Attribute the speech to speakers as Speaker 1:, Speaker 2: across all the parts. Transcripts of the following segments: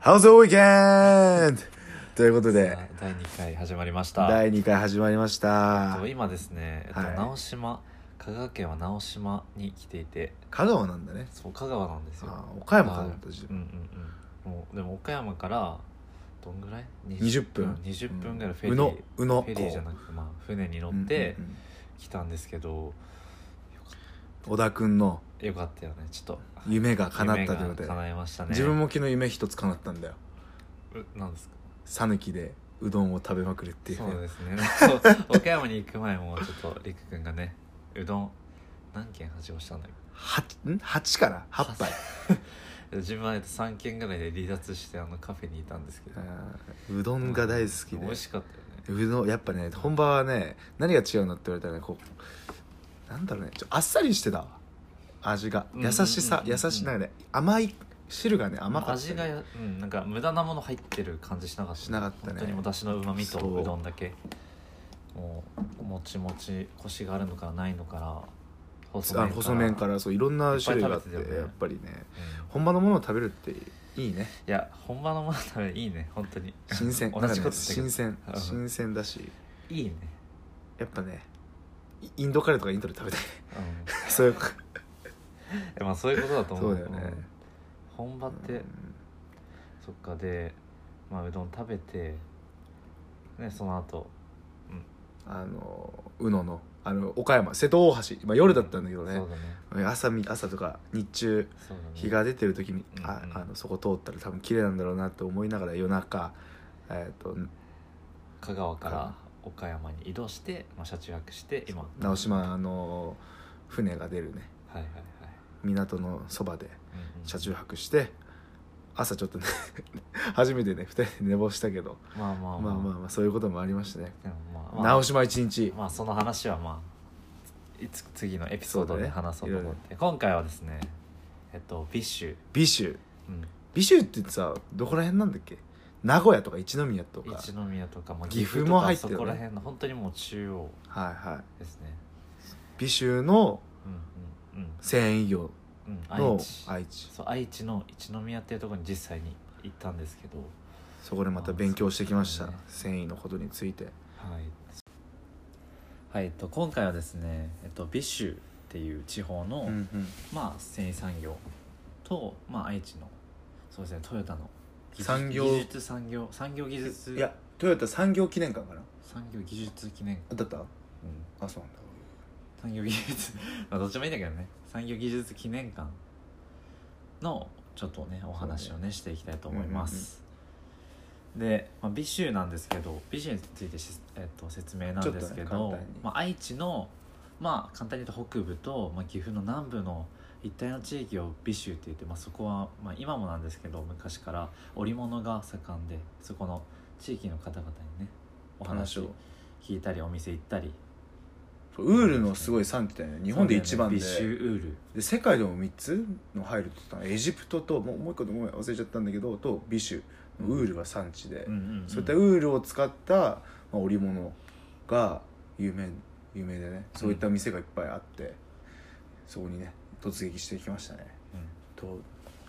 Speaker 1: How's the weekend? ということで
Speaker 2: さ、あ第2回始まりました
Speaker 1: 第2回始まりました
Speaker 2: えっと。今ですね、えっと
Speaker 1: はい
Speaker 2: 直島香川県は直島に来ていて
Speaker 1: 香川なんだね。
Speaker 2: そう香川なんですよ
Speaker 1: あ岡山かと思った
Speaker 2: はい
Speaker 1: 自
Speaker 2: う
Speaker 1: 分
Speaker 2: んうんうんもうでも岡山からどんぐらい
Speaker 1: 20分
Speaker 2: うん20分ぐらいフェリ
Speaker 1: 宇
Speaker 2: ー、
Speaker 1: 野、宇野
Speaker 2: フェリーじゃなくて、まあ、船に乗
Speaker 1: う
Speaker 2: っ
Speaker 1: んうんうん
Speaker 2: て来たんですけど、
Speaker 1: 小田くんの
Speaker 2: よかったよねちょっと
Speaker 1: 夢が叶ったということ
Speaker 2: 夢
Speaker 1: で
Speaker 2: が、叶えましたね
Speaker 1: 自分も昨日夢一つ叶ったんだよ。
Speaker 2: うなんですか
Speaker 1: 讃岐でうどんを食べまくるっていう
Speaker 2: そう
Speaker 1: ね。
Speaker 2: ですねそう岡山に行く前もちょっとりくくんがねうどん何軒はしごしたんだっけ
Speaker 1: はん8から8杯。
Speaker 2: 自分は3軒ぐらいで離脱してあのカフェにいたんですけど
Speaker 1: うんうどんが大好き
Speaker 2: 美
Speaker 1: で
Speaker 2: 味。しかったよね
Speaker 1: うどんやっぱね本場はね何が違うのって言われたらねこうなんだろうねちょあっさりしてたわ味が
Speaker 2: うんうんうん
Speaker 1: 優
Speaker 2: うん
Speaker 1: しさ優しいなんかね甘い汁がね甘かった、
Speaker 2: 味がや、うん、なんか無駄なもの入ってる感じしなかった
Speaker 1: しなかったね
Speaker 2: 本当にもうだしのうまみ
Speaker 1: そ
Speaker 2: と
Speaker 1: う
Speaker 2: うどんだけもうもちもちコシがあるのかないのから細、
Speaker 1: あの細麺かららそういろんな種類があって
Speaker 2: いっぱい食べてたよ
Speaker 1: や
Speaker 2: ね
Speaker 1: っぱりね
Speaker 2: うん
Speaker 1: 本場のものを食べるっていいね
Speaker 2: いや本場のもの食べいいね本当に
Speaker 1: 新鮮
Speaker 2: 同じ
Speaker 1: なんか
Speaker 2: こ
Speaker 1: ね
Speaker 2: としたけど
Speaker 1: 新鮮
Speaker 2: うん
Speaker 1: 新鮮だし
Speaker 2: いいね、
Speaker 1: やっぱねイインドカレーとかインドで食べたい
Speaker 2: う
Speaker 1: そういうこ
Speaker 2: んえ、 まあそういうことだ
Speaker 1: と
Speaker 2: と思
Speaker 1: そううだよね
Speaker 2: ん本場って、
Speaker 1: うん
Speaker 2: そっかで、まあ、うどん食べてねその後
Speaker 1: あの宇野のあの岡山瀬戸大橋、まあ、夜だったんだけどね、
Speaker 2: そうだね
Speaker 1: 朝み朝とか日中
Speaker 2: そうだね
Speaker 1: 日が出てる時に、
Speaker 2: うん
Speaker 1: あ
Speaker 2: うん
Speaker 1: あのそこ通ったら多分綺麗なんだろうなと思いながら夜中、えー、と
Speaker 2: 香川か
Speaker 1: から
Speaker 2: ら岡山に移動して、まあ、車中泊して今はい
Speaker 1: 直島の船が出るね
Speaker 2: はいはい、
Speaker 1: 港のそばで
Speaker 2: うんうん
Speaker 1: 車中泊して朝ちょっとね 初めてね2人で寝坊したけど、
Speaker 2: まあまあ
Speaker 1: ま
Speaker 2: ま
Speaker 1: あ
Speaker 2: あ
Speaker 1: まあまあそういうこともありましたね、
Speaker 2: でもまあまあ
Speaker 1: 直島一日、
Speaker 2: まあその話はまあいつ次のエピソー
Speaker 1: そ
Speaker 2: ド
Speaker 1: うだね
Speaker 2: で話そうと思って、今回はですねえっとビッシュ、
Speaker 1: 美酒
Speaker 2: うん、
Speaker 1: 美酒ってさどこら辺なんだっけ名古屋とか一宮とか
Speaker 2: 一宮とか、まあ、
Speaker 1: 岐
Speaker 2: 岐
Speaker 1: 阜
Speaker 2: 阜
Speaker 1: も
Speaker 2: も
Speaker 1: 入
Speaker 2: 入
Speaker 1: っ
Speaker 2: ってて
Speaker 1: るね
Speaker 2: そこら辺の本当にもう中央
Speaker 1: はいはい
Speaker 2: ですね
Speaker 1: 美酒の
Speaker 2: うんうん
Speaker 1: 繊維業
Speaker 2: うんうん
Speaker 1: の
Speaker 2: 愛知
Speaker 1: 愛知
Speaker 2: そう愛知の一宮っていうところに実際に行ったんですけど、
Speaker 1: そこでまた勉強してきました、
Speaker 2: あそうです
Speaker 1: 繊維のことについて
Speaker 2: はいはいえっと、今回はですね、えっと、ビシュっていう地方の、まあ、繊維産業と、まあ、愛知のそうですねトヨタの技術
Speaker 1: 産業
Speaker 2: 技術産業産業技術
Speaker 1: いやトヨタ産業記念館かな
Speaker 2: 産業技術記念、
Speaker 1: だった
Speaker 2: うん、
Speaker 1: あそうなんだ
Speaker 2: 産業技術 まあどっちもいいんだけどね産業技術記念館のちょっとねお話をねしていきたいと思います、で、まあ、美酒なんですけど美酒についてし、えっと、説明なんですけ
Speaker 1: ちょっと
Speaker 2: ど、
Speaker 1: ね簡単に
Speaker 2: まあ、愛知のまあ簡単に言うと北部と、まあ、岐阜の南部の一帯の地域を美酒って言って、まあ、そこは、まあ、今もなんですけど昔から織物が盛んでそこの地域の方々にねお話を聞いたりお店行ったり
Speaker 1: ウールのすごい産地だよね日本で一番で,、
Speaker 2: そうだよねビシュウール
Speaker 1: で世界でも3つの入るって言ったのエジプトともうもう一個ごめん忘れちゃったんだけどと美酒のウールが産地で、
Speaker 2: うんうんうん
Speaker 1: そういったウールを使った、まあ、織物が有名有名でねそういった店がいっぱいあって、そこにね突撃していきましたね
Speaker 2: うん
Speaker 1: と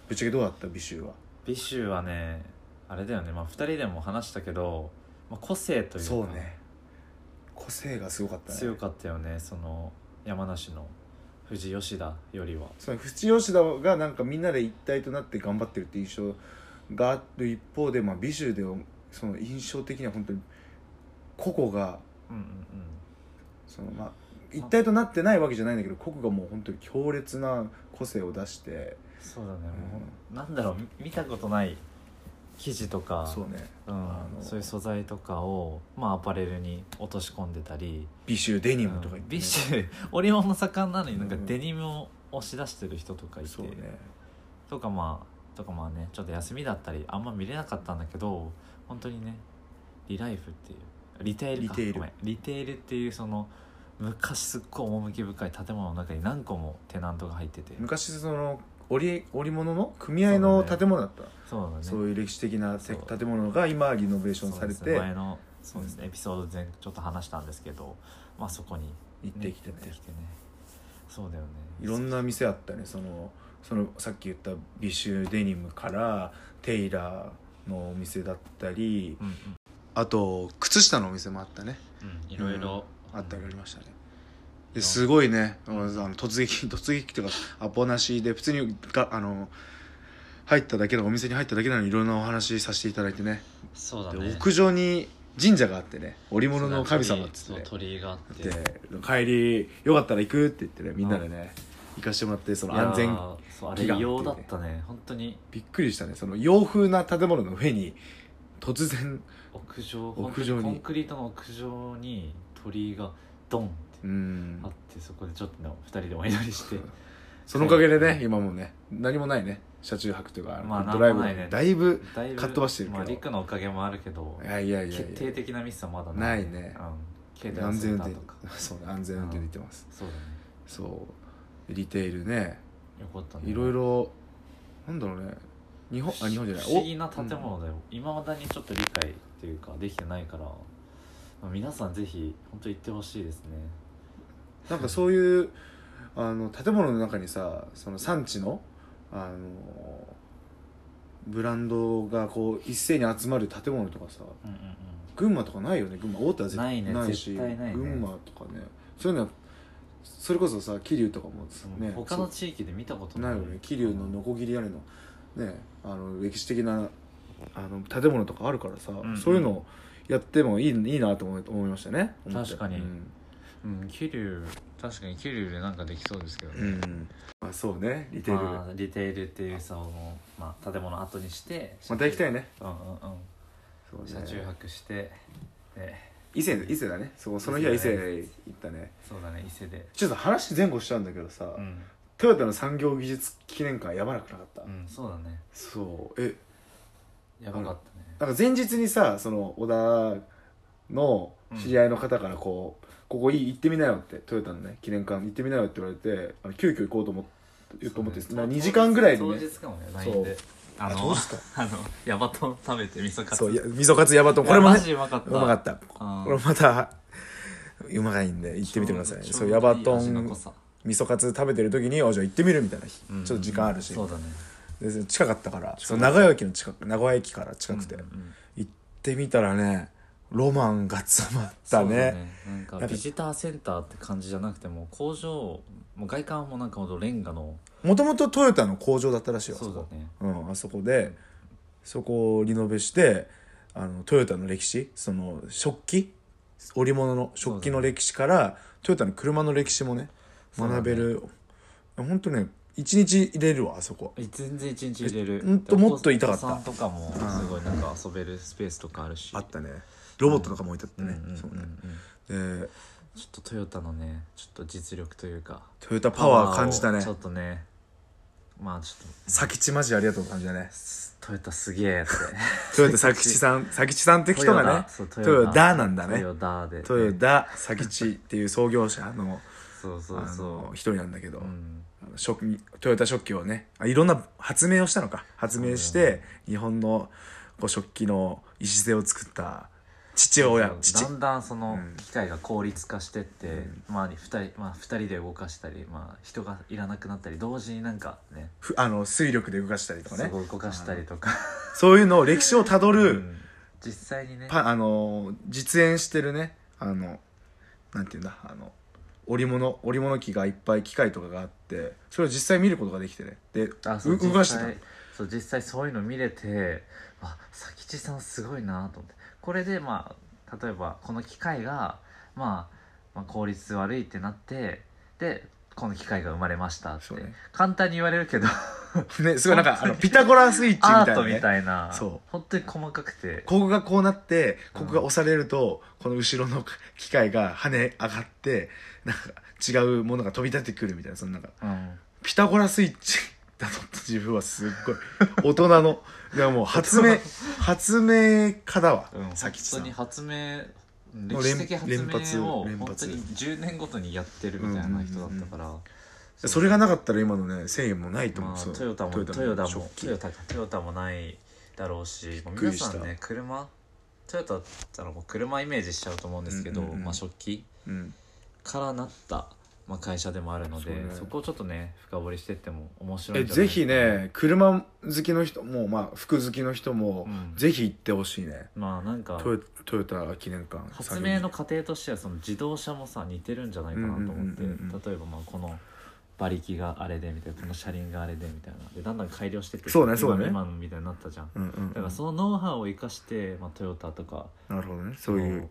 Speaker 1: ぶっちゃけどうだった美酒は
Speaker 2: ビシュはねあれだよね、まあ、2人でも話したけど、まあ、個性というか
Speaker 1: そうね個性がすごかったね
Speaker 2: 強かったよねその山梨の富士吉田よりは
Speaker 1: その淵吉田がなんかみんなで一体となって頑張ってるって印象がある一方で、まあ、美酒ではその印象的には本当に個々が
Speaker 2: うんうん
Speaker 1: そのまあ一体となってないわけじゃないんだけど個々がもう本当に強烈な個性を出して
Speaker 2: うんそうだね、もうなんだろうみ見たことない生地とか
Speaker 1: そうね
Speaker 2: うん
Speaker 1: あの
Speaker 2: そういう素材とかを、まあ、アパレルに落とし込んでたり
Speaker 1: 美酒デニムとか言っ
Speaker 2: うん
Speaker 1: てね、
Speaker 2: ビシュ 織物盛んなのになんか
Speaker 1: うん
Speaker 2: デニムを押し出してる人とかいて、
Speaker 1: そうね
Speaker 2: とかまあとかまあねちょっと休みだったりあんま見れなかったんだけど本当にねリライフっていうリテールか
Speaker 1: リテール
Speaker 2: ごめんリテールっていうその昔すっごい趣深い建物の中に何個もテナントが入ってて
Speaker 1: 昔その織織物の組合の建物だった
Speaker 2: そうだね
Speaker 1: そう,、いう歴史的なせ
Speaker 2: そう
Speaker 1: 建物が今リノベーシ
Speaker 2: そ
Speaker 1: ョ
Speaker 2: う
Speaker 1: ンされ
Speaker 2: ですね
Speaker 1: て
Speaker 2: 前のそうですね、
Speaker 1: うん
Speaker 2: エピソードでちょっと話したんですけどまあそこに、ね、
Speaker 1: 行ってきてね
Speaker 2: 行ってきてねそうだよね
Speaker 1: いろんな店あったねそのそのさっき言った美州デニムからテイラーのお店だったり
Speaker 2: うん
Speaker 1: あと靴下のお店もあったね
Speaker 2: うんうんいろいろ、
Speaker 1: あったりありましたね
Speaker 2: う
Speaker 1: で
Speaker 2: ん
Speaker 1: すごいね、あの突撃 突撃というかアポなしで普通にがあの入っただけのお店に入っただけなのにいろんなお話させていただいてね
Speaker 2: そうだ
Speaker 1: で
Speaker 2: ね
Speaker 1: 屋上に神社があってね織物の神様っつ
Speaker 2: そ
Speaker 1: っ
Speaker 2: う
Speaker 1: てね
Speaker 2: だねそう鳥居があって
Speaker 1: で帰りよかったら行くって言ってねみんなでね行かしてもらってその安
Speaker 2: いや
Speaker 1: 全
Speaker 2: ーそうあれ
Speaker 1: 祈願っていうね
Speaker 2: 異様だったね本当に
Speaker 1: びっくりしたねその洋風な建物の上に突然
Speaker 2: 屋上
Speaker 1: 屋上に
Speaker 2: 本当コンクリートの屋上に鳥居がドンって
Speaker 1: うん
Speaker 2: あってそこでちょっとね2人でお祈 りして
Speaker 1: そのおかげでね今もね何もないね車中泊というか、
Speaker 2: まあ
Speaker 1: ドライブ
Speaker 2: なんもない
Speaker 1: で
Speaker 2: ね
Speaker 1: だいぶ
Speaker 2: だいぶ
Speaker 1: かっ飛ばしてるけど
Speaker 2: まあ、リクのおかげもあるけど
Speaker 1: いやいやいや
Speaker 2: 決定的なミスはまだ
Speaker 1: ないね
Speaker 2: うん、携帯
Speaker 1: 安全運
Speaker 2: 忘れた
Speaker 1: 転
Speaker 2: とか
Speaker 1: そうね安全運転で行ってます、
Speaker 2: そうだね
Speaker 1: そうリテールね
Speaker 2: よかったね
Speaker 1: いろいろなんだろうね日本あ日本じゃない
Speaker 2: 不思議な
Speaker 1: お
Speaker 2: 建物だよいま、未だにちょっと理解っていうかできてないから、まあ、皆さんぜひ本当行ってほしいですね
Speaker 1: なんかそういうあの建物の中にさその産地のあのブランドがこう一斉に集まる建物とかさ
Speaker 2: うんうんうん
Speaker 1: 群馬とかないよね群馬太田は絶
Speaker 2: ないね
Speaker 1: ないし
Speaker 2: 絶対ないね
Speaker 1: 群馬とかねそういうのはそれこそさ桐生とかもね、
Speaker 2: うん他の地域で見たこと
Speaker 1: ないよね桐生のノコギリ屋根のねあの歴史的なあの建物とかあるからさ、
Speaker 2: んうん
Speaker 1: そういうのをやってもいいいいなと思い思いましたね思って
Speaker 2: 確かに
Speaker 1: うん
Speaker 2: うん桐生確かに桐生でなんかできそうですけどね、
Speaker 1: うんまあ、そうねリテール、
Speaker 2: まあ、リテールっていうその、まあ、建物後にして
Speaker 1: また行きたい
Speaker 2: ね
Speaker 1: ね
Speaker 2: うんうんうん
Speaker 1: そうね
Speaker 2: 車中泊して、ね、
Speaker 1: 伊勢伊勢だねそうその日は伊勢
Speaker 2: 伊勢だね
Speaker 1: 行ったね
Speaker 2: そうだね伊勢で
Speaker 1: ちょっと話前後しちゃうんだけどさ、
Speaker 2: うん、
Speaker 1: トヨタの産業技術記念館やばなくなかった、
Speaker 2: うん、そうだね
Speaker 1: そうえ
Speaker 2: やばかったね
Speaker 1: なんか前日にさその小田の知り合いの方からこう、ここいい行ってみなよってトヨタのね記念館行ってみなよって言われてあの急遽行こうと思ってと思って、
Speaker 2: そうね
Speaker 1: まあ2時間ぐらいで
Speaker 2: 当
Speaker 1: ね
Speaker 2: 日かもね LINE で
Speaker 1: そ
Speaker 2: あの
Speaker 1: 当日か
Speaker 2: あのヤバトン食べて味噌カツ
Speaker 1: そういや味噌カツヤバトンこれも
Speaker 2: マ
Speaker 1: ね
Speaker 2: ジうまかった
Speaker 1: うまかった
Speaker 2: うん
Speaker 1: これまたうまいんで行ってみてください
Speaker 2: ちょ
Speaker 1: そうう
Speaker 2: ど
Speaker 1: ヤバト
Speaker 2: いい味の濃
Speaker 1: ン
Speaker 2: さ
Speaker 1: 味噌カツ食べてる時にあじゃあ行ってみるみたいな日、
Speaker 2: うん
Speaker 1: ちょっと時間あるし、
Speaker 2: そうだね
Speaker 1: で近かったからそう名古屋駅の近く名古屋駅から近くて、
Speaker 2: うんうんうん
Speaker 1: 行ってみたらねロマンが詰まっ
Speaker 2: そ
Speaker 1: た
Speaker 2: う
Speaker 1: ね
Speaker 2: なんか
Speaker 1: やっぱ
Speaker 2: ビジターセンターって感じじゃなくてもう工場もう外観もなんかほんとレンガの
Speaker 1: もともとトヨタの工場だったらしいよあ
Speaker 2: そうだ
Speaker 1: こ
Speaker 2: ね
Speaker 1: うん、あそこでそこをリノベしてあのトヨタの歴史その食器織物の食器の歴史から、トヨタの車の歴史もね
Speaker 2: そうだね
Speaker 1: 学べる本当ね一日入れるわあそこ
Speaker 2: え全然一日入れる
Speaker 1: えほんともっと痛かった
Speaker 2: お子さんとかもすごいなんか遊べるスペースとかあるし
Speaker 1: あったねロボットとかも置いてあってね
Speaker 2: うんうんうんうん
Speaker 1: そうねで
Speaker 2: ちょっとトヨタのねちょっと実力というか
Speaker 1: トヨタパワー感じた
Speaker 2: パワ
Speaker 1: ね
Speaker 2: ーをちょっとねまあちょっと
Speaker 1: 佐吉マジありがとう感じだね
Speaker 2: すトヨタすげえって
Speaker 1: トヨタ佐吉さん佐吉さんって 人がね
Speaker 2: そう
Speaker 1: トヨタなんだね
Speaker 2: トヨタで、
Speaker 1: トヨタ佐吉っていう創業者の
Speaker 2: そうそう
Speaker 1: あの
Speaker 2: そ
Speaker 1: 一人なんだけど、
Speaker 2: ううん
Speaker 1: 食にトヨタ食器をねあいろんな発明をしたのか発明して日本のこう食器の礎を作った父親父
Speaker 2: だんだんその
Speaker 1: うん
Speaker 2: 機械が効率化してって、
Speaker 1: ん
Speaker 2: まあ二人まあ、二人で動かしたり、まあ、人がいらなくなったり同時になんかね
Speaker 1: ふあの水力で動かしたりとか
Speaker 2: す
Speaker 1: ね
Speaker 2: ごい動かしたりとか、
Speaker 1: そういうのを歴史をたど
Speaker 2: う
Speaker 1: る
Speaker 2: ん実際にね
Speaker 1: パあの実演してるねあのなんていうんだあの織物織物機がいっぱい機械とかがあってそれを実際見ることができてねで
Speaker 2: あ
Speaker 1: う動かしてた
Speaker 2: 実際そう実際そういうの見れてあ佐吉さんすごいなと思ってこれでまあ例えばこの機械が、まあ、まあ効率悪いってなってでこの機械が生まれましたって、
Speaker 1: そうね
Speaker 2: 簡単に言われるけ ど
Speaker 1: ねすごいなんかあのピタゴラスイッチみ
Speaker 2: ア
Speaker 1: たいな、
Speaker 2: ート
Speaker 1: ね
Speaker 2: み、たいな
Speaker 1: そう
Speaker 2: 本当に細かくて
Speaker 1: ここがこうなって
Speaker 2: うん
Speaker 1: ここが押されると、この後ろの機械が跳ね上がってなんか違うものが飛び出てくるみたいなそのなんか
Speaker 2: うん
Speaker 1: ピタゴラスイッチだと思った自分はすっごい大人のいやもう 発明発明家だわ、
Speaker 2: うん
Speaker 1: 佐吉さ
Speaker 2: 本当に
Speaker 1: ん
Speaker 2: 発明
Speaker 1: 連
Speaker 2: 歴史的
Speaker 1: 連
Speaker 2: 発
Speaker 1: 発
Speaker 2: 明を
Speaker 1: 連
Speaker 2: 本
Speaker 1: 発
Speaker 2: 当に10年ごとにやってるみたいな人だったから、
Speaker 1: それがなかったら今のね1000円もないと思う、
Speaker 2: ま
Speaker 1: そ
Speaker 2: あ、
Speaker 1: う
Speaker 2: トヨタもトヨタもト
Speaker 1: の
Speaker 2: ヨタ
Speaker 1: 食
Speaker 2: も
Speaker 1: 器
Speaker 2: トヨタかトヨタもないだろうし
Speaker 1: っく
Speaker 2: 皆
Speaker 1: りした
Speaker 2: さんね車トヨタだったらもう車イメージしちゃうと思うんですけど、
Speaker 1: うんうんうん
Speaker 2: まあ、食器
Speaker 1: うん
Speaker 2: からなった、ままあ、会社でもあるので
Speaker 1: そうね
Speaker 2: そ,、こをちょっとね深掘りしてっても面白い
Speaker 1: え
Speaker 2: んじゃな
Speaker 1: ぜ
Speaker 2: いです
Speaker 1: ひ
Speaker 2: か
Speaker 1: ね車好きの人もまあ服好きの人も、
Speaker 2: うん
Speaker 1: ぜひ行ってほしいね
Speaker 2: まあなんか
Speaker 1: トヨトヨタ記念館
Speaker 2: 発明の過程としてはその自動車もさ似てるんじゃないかなと思って
Speaker 1: うんうんうんうんうん
Speaker 2: 例えばまあこの馬力があれでみたいなこの車輪があれでみたいなでだんだん改良してって
Speaker 1: そうねそうね
Speaker 2: 今の今のみたいになったじゃん
Speaker 1: うんうんうん
Speaker 2: だからそのノウハウを生かして、まあ、トヨタとか
Speaker 1: なるほどねそういう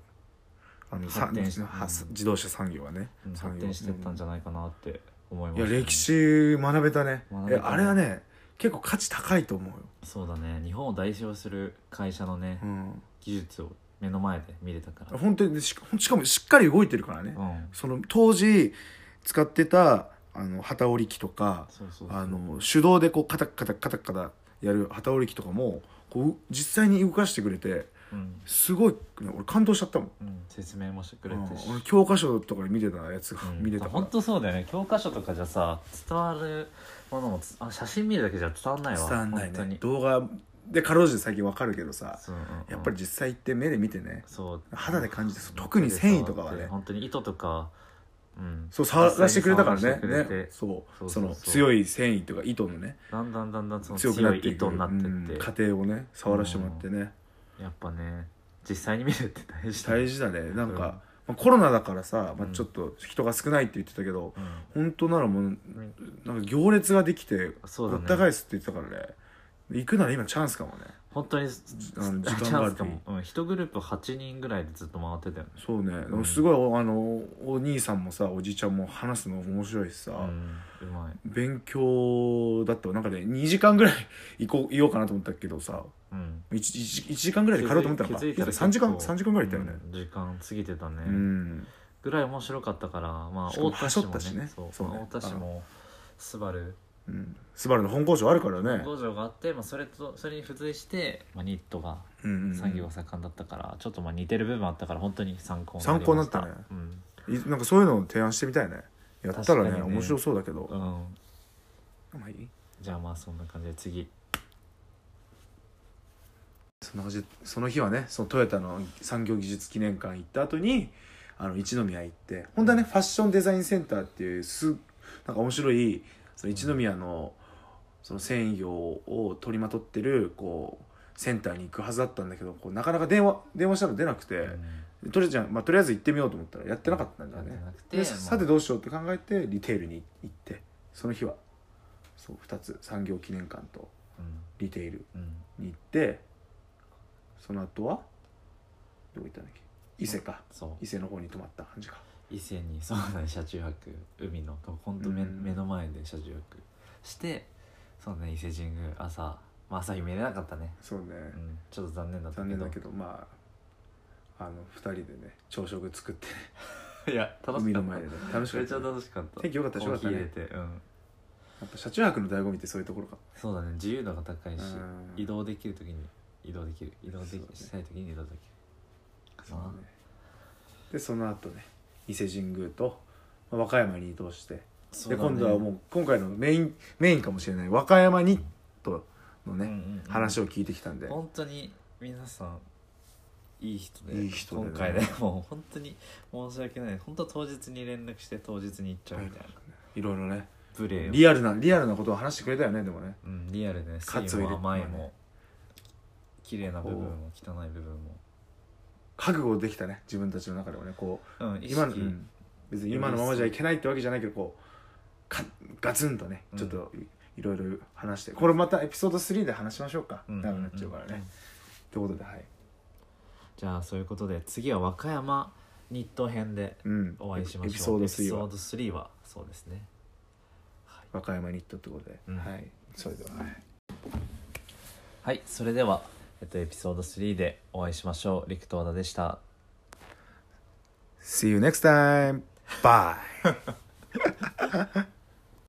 Speaker 1: あのさ
Speaker 2: 発展し
Speaker 1: は
Speaker 2: うん
Speaker 1: 自動車産業はね
Speaker 2: うん
Speaker 1: 産
Speaker 2: 発
Speaker 1: 業
Speaker 2: 展してったんじゃないかなって思いま
Speaker 1: い
Speaker 2: す、
Speaker 1: や歴史学べたね
Speaker 2: 学
Speaker 1: え
Speaker 2: べたね
Speaker 1: あれはね結構価値高いと思うよ、
Speaker 2: そうだね日本を代表する会社のね、
Speaker 1: うん、
Speaker 2: 技術を目の前で見れたから、
Speaker 1: 本当にししかもしっかり動いてるからね、
Speaker 2: うん、
Speaker 1: その当時使ってたあの機織り機とか
Speaker 2: そうそうそう
Speaker 1: あの手動でこうカタカタカタカタやる機織り機とかもこう実際に動かしてくれて
Speaker 2: うん
Speaker 1: すごい、ね、俺感動しちゃったもん、
Speaker 2: うん、説明もしてくれ
Speaker 1: うん
Speaker 2: てし、
Speaker 1: 俺教科書とかで見てたやつが、
Speaker 2: うん
Speaker 1: 見てたから
Speaker 2: 本当そうだよね教科書とかじゃさ伝わるものもつあ写真見るだけじゃ伝わんないわ
Speaker 1: 伝わんない
Speaker 2: 本当
Speaker 1: ね
Speaker 2: に
Speaker 1: 動画でかろうじて最近わかるけどさ
Speaker 2: そううんうん
Speaker 1: やっぱり実際行って目で見てね
Speaker 2: そう
Speaker 1: 肌で感じてそう特に繊維とかはね
Speaker 2: 本当に糸とかうん
Speaker 1: そう触らせてくれたから
Speaker 2: 触
Speaker 1: ね
Speaker 2: せてくれて
Speaker 1: ねそう
Speaker 2: そ
Speaker 1: そう
Speaker 2: そうそ
Speaker 1: の
Speaker 2: う
Speaker 1: 強い繊維とか糸のね
Speaker 2: だんだんだんだんその
Speaker 1: 強く
Speaker 2: 強
Speaker 1: なっ
Speaker 2: い
Speaker 1: ていく
Speaker 2: 糸になってって、
Speaker 1: うん過程をね触らせてもらってね
Speaker 2: やっぱね実際に見るって大事だね
Speaker 1: 大事だねなん
Speaker 2: うん
Speaker 1: か、まあ、コロナだからさ、ま
Speaker 2: う
Speaker 1: あ、
Speaker 2: ん
Speaker 1: ちょっと人が少ないって言ってたけど、
Speaker 2: うん
Speaker 1: 本当ならもうなんか行列ができて
Speaker 2: そうだ
Speaker 1: ご
Speaker 2: ね
Speaker 1: った返すって言ってたからね行くなら今チャンスかもね
Speaker 2: 本当にす
Speaker 1: あの
Speaker 2: チ
Speaker 1: 時間があ
Speaker 2: ャ
Speaker 1: る
Speaker 2: ンスかも、うん、1グループ8人ぐらいでずっと回ってたよね、
Speaker 1: そうね、
Speaker 2: ん
Speaker 1: すごいあのお兄さんもさおじいちゃんも話すの面白いしさ、
Speaker 2: うん、うまい、
Speaker 1: 勉強だったわなんかね2時間ぐらい 行こういようかなと思ったけどさ
Speaker 2: うん、
Speaker 1: 1, 時間ぐらいで帰ろうと思ったら
Speaker 2: 気づい気づいたら
Speaker 1: 3時間
Speaker 2: 結構
Speaker 1: 3時間ぐらい行ったよね
Speaker 2: うん時間過ぎてたね、
Speaker 1: うん、
Speaker 2: ぐらい面白かったからまあ
Speaker 1: しかも
Speaker 2: 太田市
Speaker 1: 端折
Speaker 2: も
Speaker 1: ったし
Speaker 2: ね
Speaker 1: ね
Speaker 2: そう
Speaker 1: そうね
Speaker 2: まあ太田市もスバル
Speaker 1: うん、スバルの本校賞あるからね、
Speaker 2: 工場があって、まあ、それとそれに付随して、まあ、ニットが
Speaker 1: うんうんうん
Speaker 2: 産業が盛んだったから、ちょっとまあ似てる部分あったから本当に参考
Speaker 1: 参考になったね
Speaker 2: りましたうん
Speaker 1: いなんかそういうのを提案してみたいねやったらね
Speaker 2: 確かにね
Speaker 1: 面白そうだけど、
Speaker 2: うん、
Speaker 1: まあいい
Speaker 2: じゃあまあそんな感じで次
Speaker 1: そんな感じでその日はねそのトヨタの産業技術記念館行った後にあの一宮行って本当はねファッションデザインセンターっていうすなんか面白いその一宮のその繊維業を取りまとってるこうセンターに行くはずだったんだけどこうなかなか電話電話したら出なくて、とりあえずじゃん、まあ、とりあえず行ってみようと思ったらやってなかったんだよね、
Speaker 2: なくて
Speaker 1: でさて
Speaker 2: まあ
Speaker 1: どうしようって考えてリテールに行ってその日はそう2つ産業記念館とリテール
Speaker 2: うんうん
Speaker 1: に行ってその後はどこ行ったんだっけ伊勢か
Speaker 2: そう
Speaker 1: 伊勢の方に泊まった感じか
Speaker 2: 伊勢にそうだね車中泊海のほんと目,、
Speaker 1: うん
Speaker 2: 目の前で車中泊してそうね伊勢神宮朝、まあ、朝日見れなかったね、
Speaker 1: そうね
Speaker 2: うん、ちょっと残念だった
Speaker 1: 残
Speaker 2: け
Speaker 1: 念だ
Speaker 2: ど
Speaker 1: けどまああの2人でね朝食作ってね
Speaker 2: いや楽し
Speaker 1: 海
Speaker 2: か
Speaker 1: の
Speaker 2: っ
Speaker 1: 前でね
Speaker 2: た
Speaker 1: 楽しか
Speaker 2: め
Speaker 1: っ
Speaker 2: っちゃ
Speaker 1: たね
Speaker 2: 楽しかった
Speaker 1: 天気良かったし
Speaker 2: コーヒー
Speaker 1: よ
Speaker 2: 入
Speaker 1: か
Speaker 2: れ
Speaker 1: った
Speaker 2: て、うん、
Speaker 1: やっぱ車中泊の醍醐味ってそういうところか
Speaker 2: そうだね自由度が高いし
Speaker 1: うん
Speaker 2: 移動できる時に移動できる移動でき、
Speaker 1: そうだね
Speaker 2: したい時に移動できるか
Speaker 1: そう
Speaker 2: な
Speaker 1: ねでその後ね伊勢神宮とまあ和歌山に移動して
Speaker 2: そう
Speaker 1: で
Speaker 2: だね
Speaker 1: 今度はもう今回のメインメインかもしれない和歌山ニットの
Speaker 2: う
Speaker 1: ね、
Speaker 2: んうんうん
Speaker 1: 話を聞いてきたんで、
Speaker 2: 本当に皆さんいい人で
Speaker 1: いい人でね
Speaker 2: 今回ねもう本当に申し訳ない本当当日に連絡して当日に行っちゃうみたいな、
Speaker 1: いろいろね
Speaker 2: 無礼を
Speaker 1: リアルなリアルなことを話してくれたよねでもね
Speaker 2: うん、リアルでね
Speaker 1: カツ
Speaker 2: 酸
Speaker 1: を
Speaker 2: い
Speaker 1: 入
Speaker 2: も
Speaker 1: れ
Speaker 2: 甘い
Speaker 1: まあ
Speaker 2: も
Speaker 1: ね
Speaker 2: 綺麗な部分も汚い部分も、
Speaker 1: 覚悟できたね自分たちの中でもねこう
Speaker 2: うん、意識
Speaker 1: 今の、うん別に今のままじゃいけないってわけじゃないけどこうかガツンとね
Speaker 2: うん
Speaker 1: ちょっといろいろ話して、これまたエピソード3で話しましょうか、
Speaker 2: うん
Speaker 1: 長くなっちゃうからね、
Speaker 2: うん
Speaker 1: ということではい、
Speaker 2: じゃあそういうことで次は和歌山日東編で
Speaker 1: うん、
Speaker 2: お会いしましょ
Speaker 1: エ
Speaker 2: う
Speaker 1: ピソード3
Speaker 2: エ
Speaker 1: は
Speaker 2: ピソード3はそうですね
Speaker 1: 和歌山ニットってことで、
Speaker 2: うん
Speaker 1: はいそれでは、はい
Speaker 2: はいそれでは、えっと、エピソード3でお会いしましょう陸と和田でした
Speaker 1: See you next time. Bye.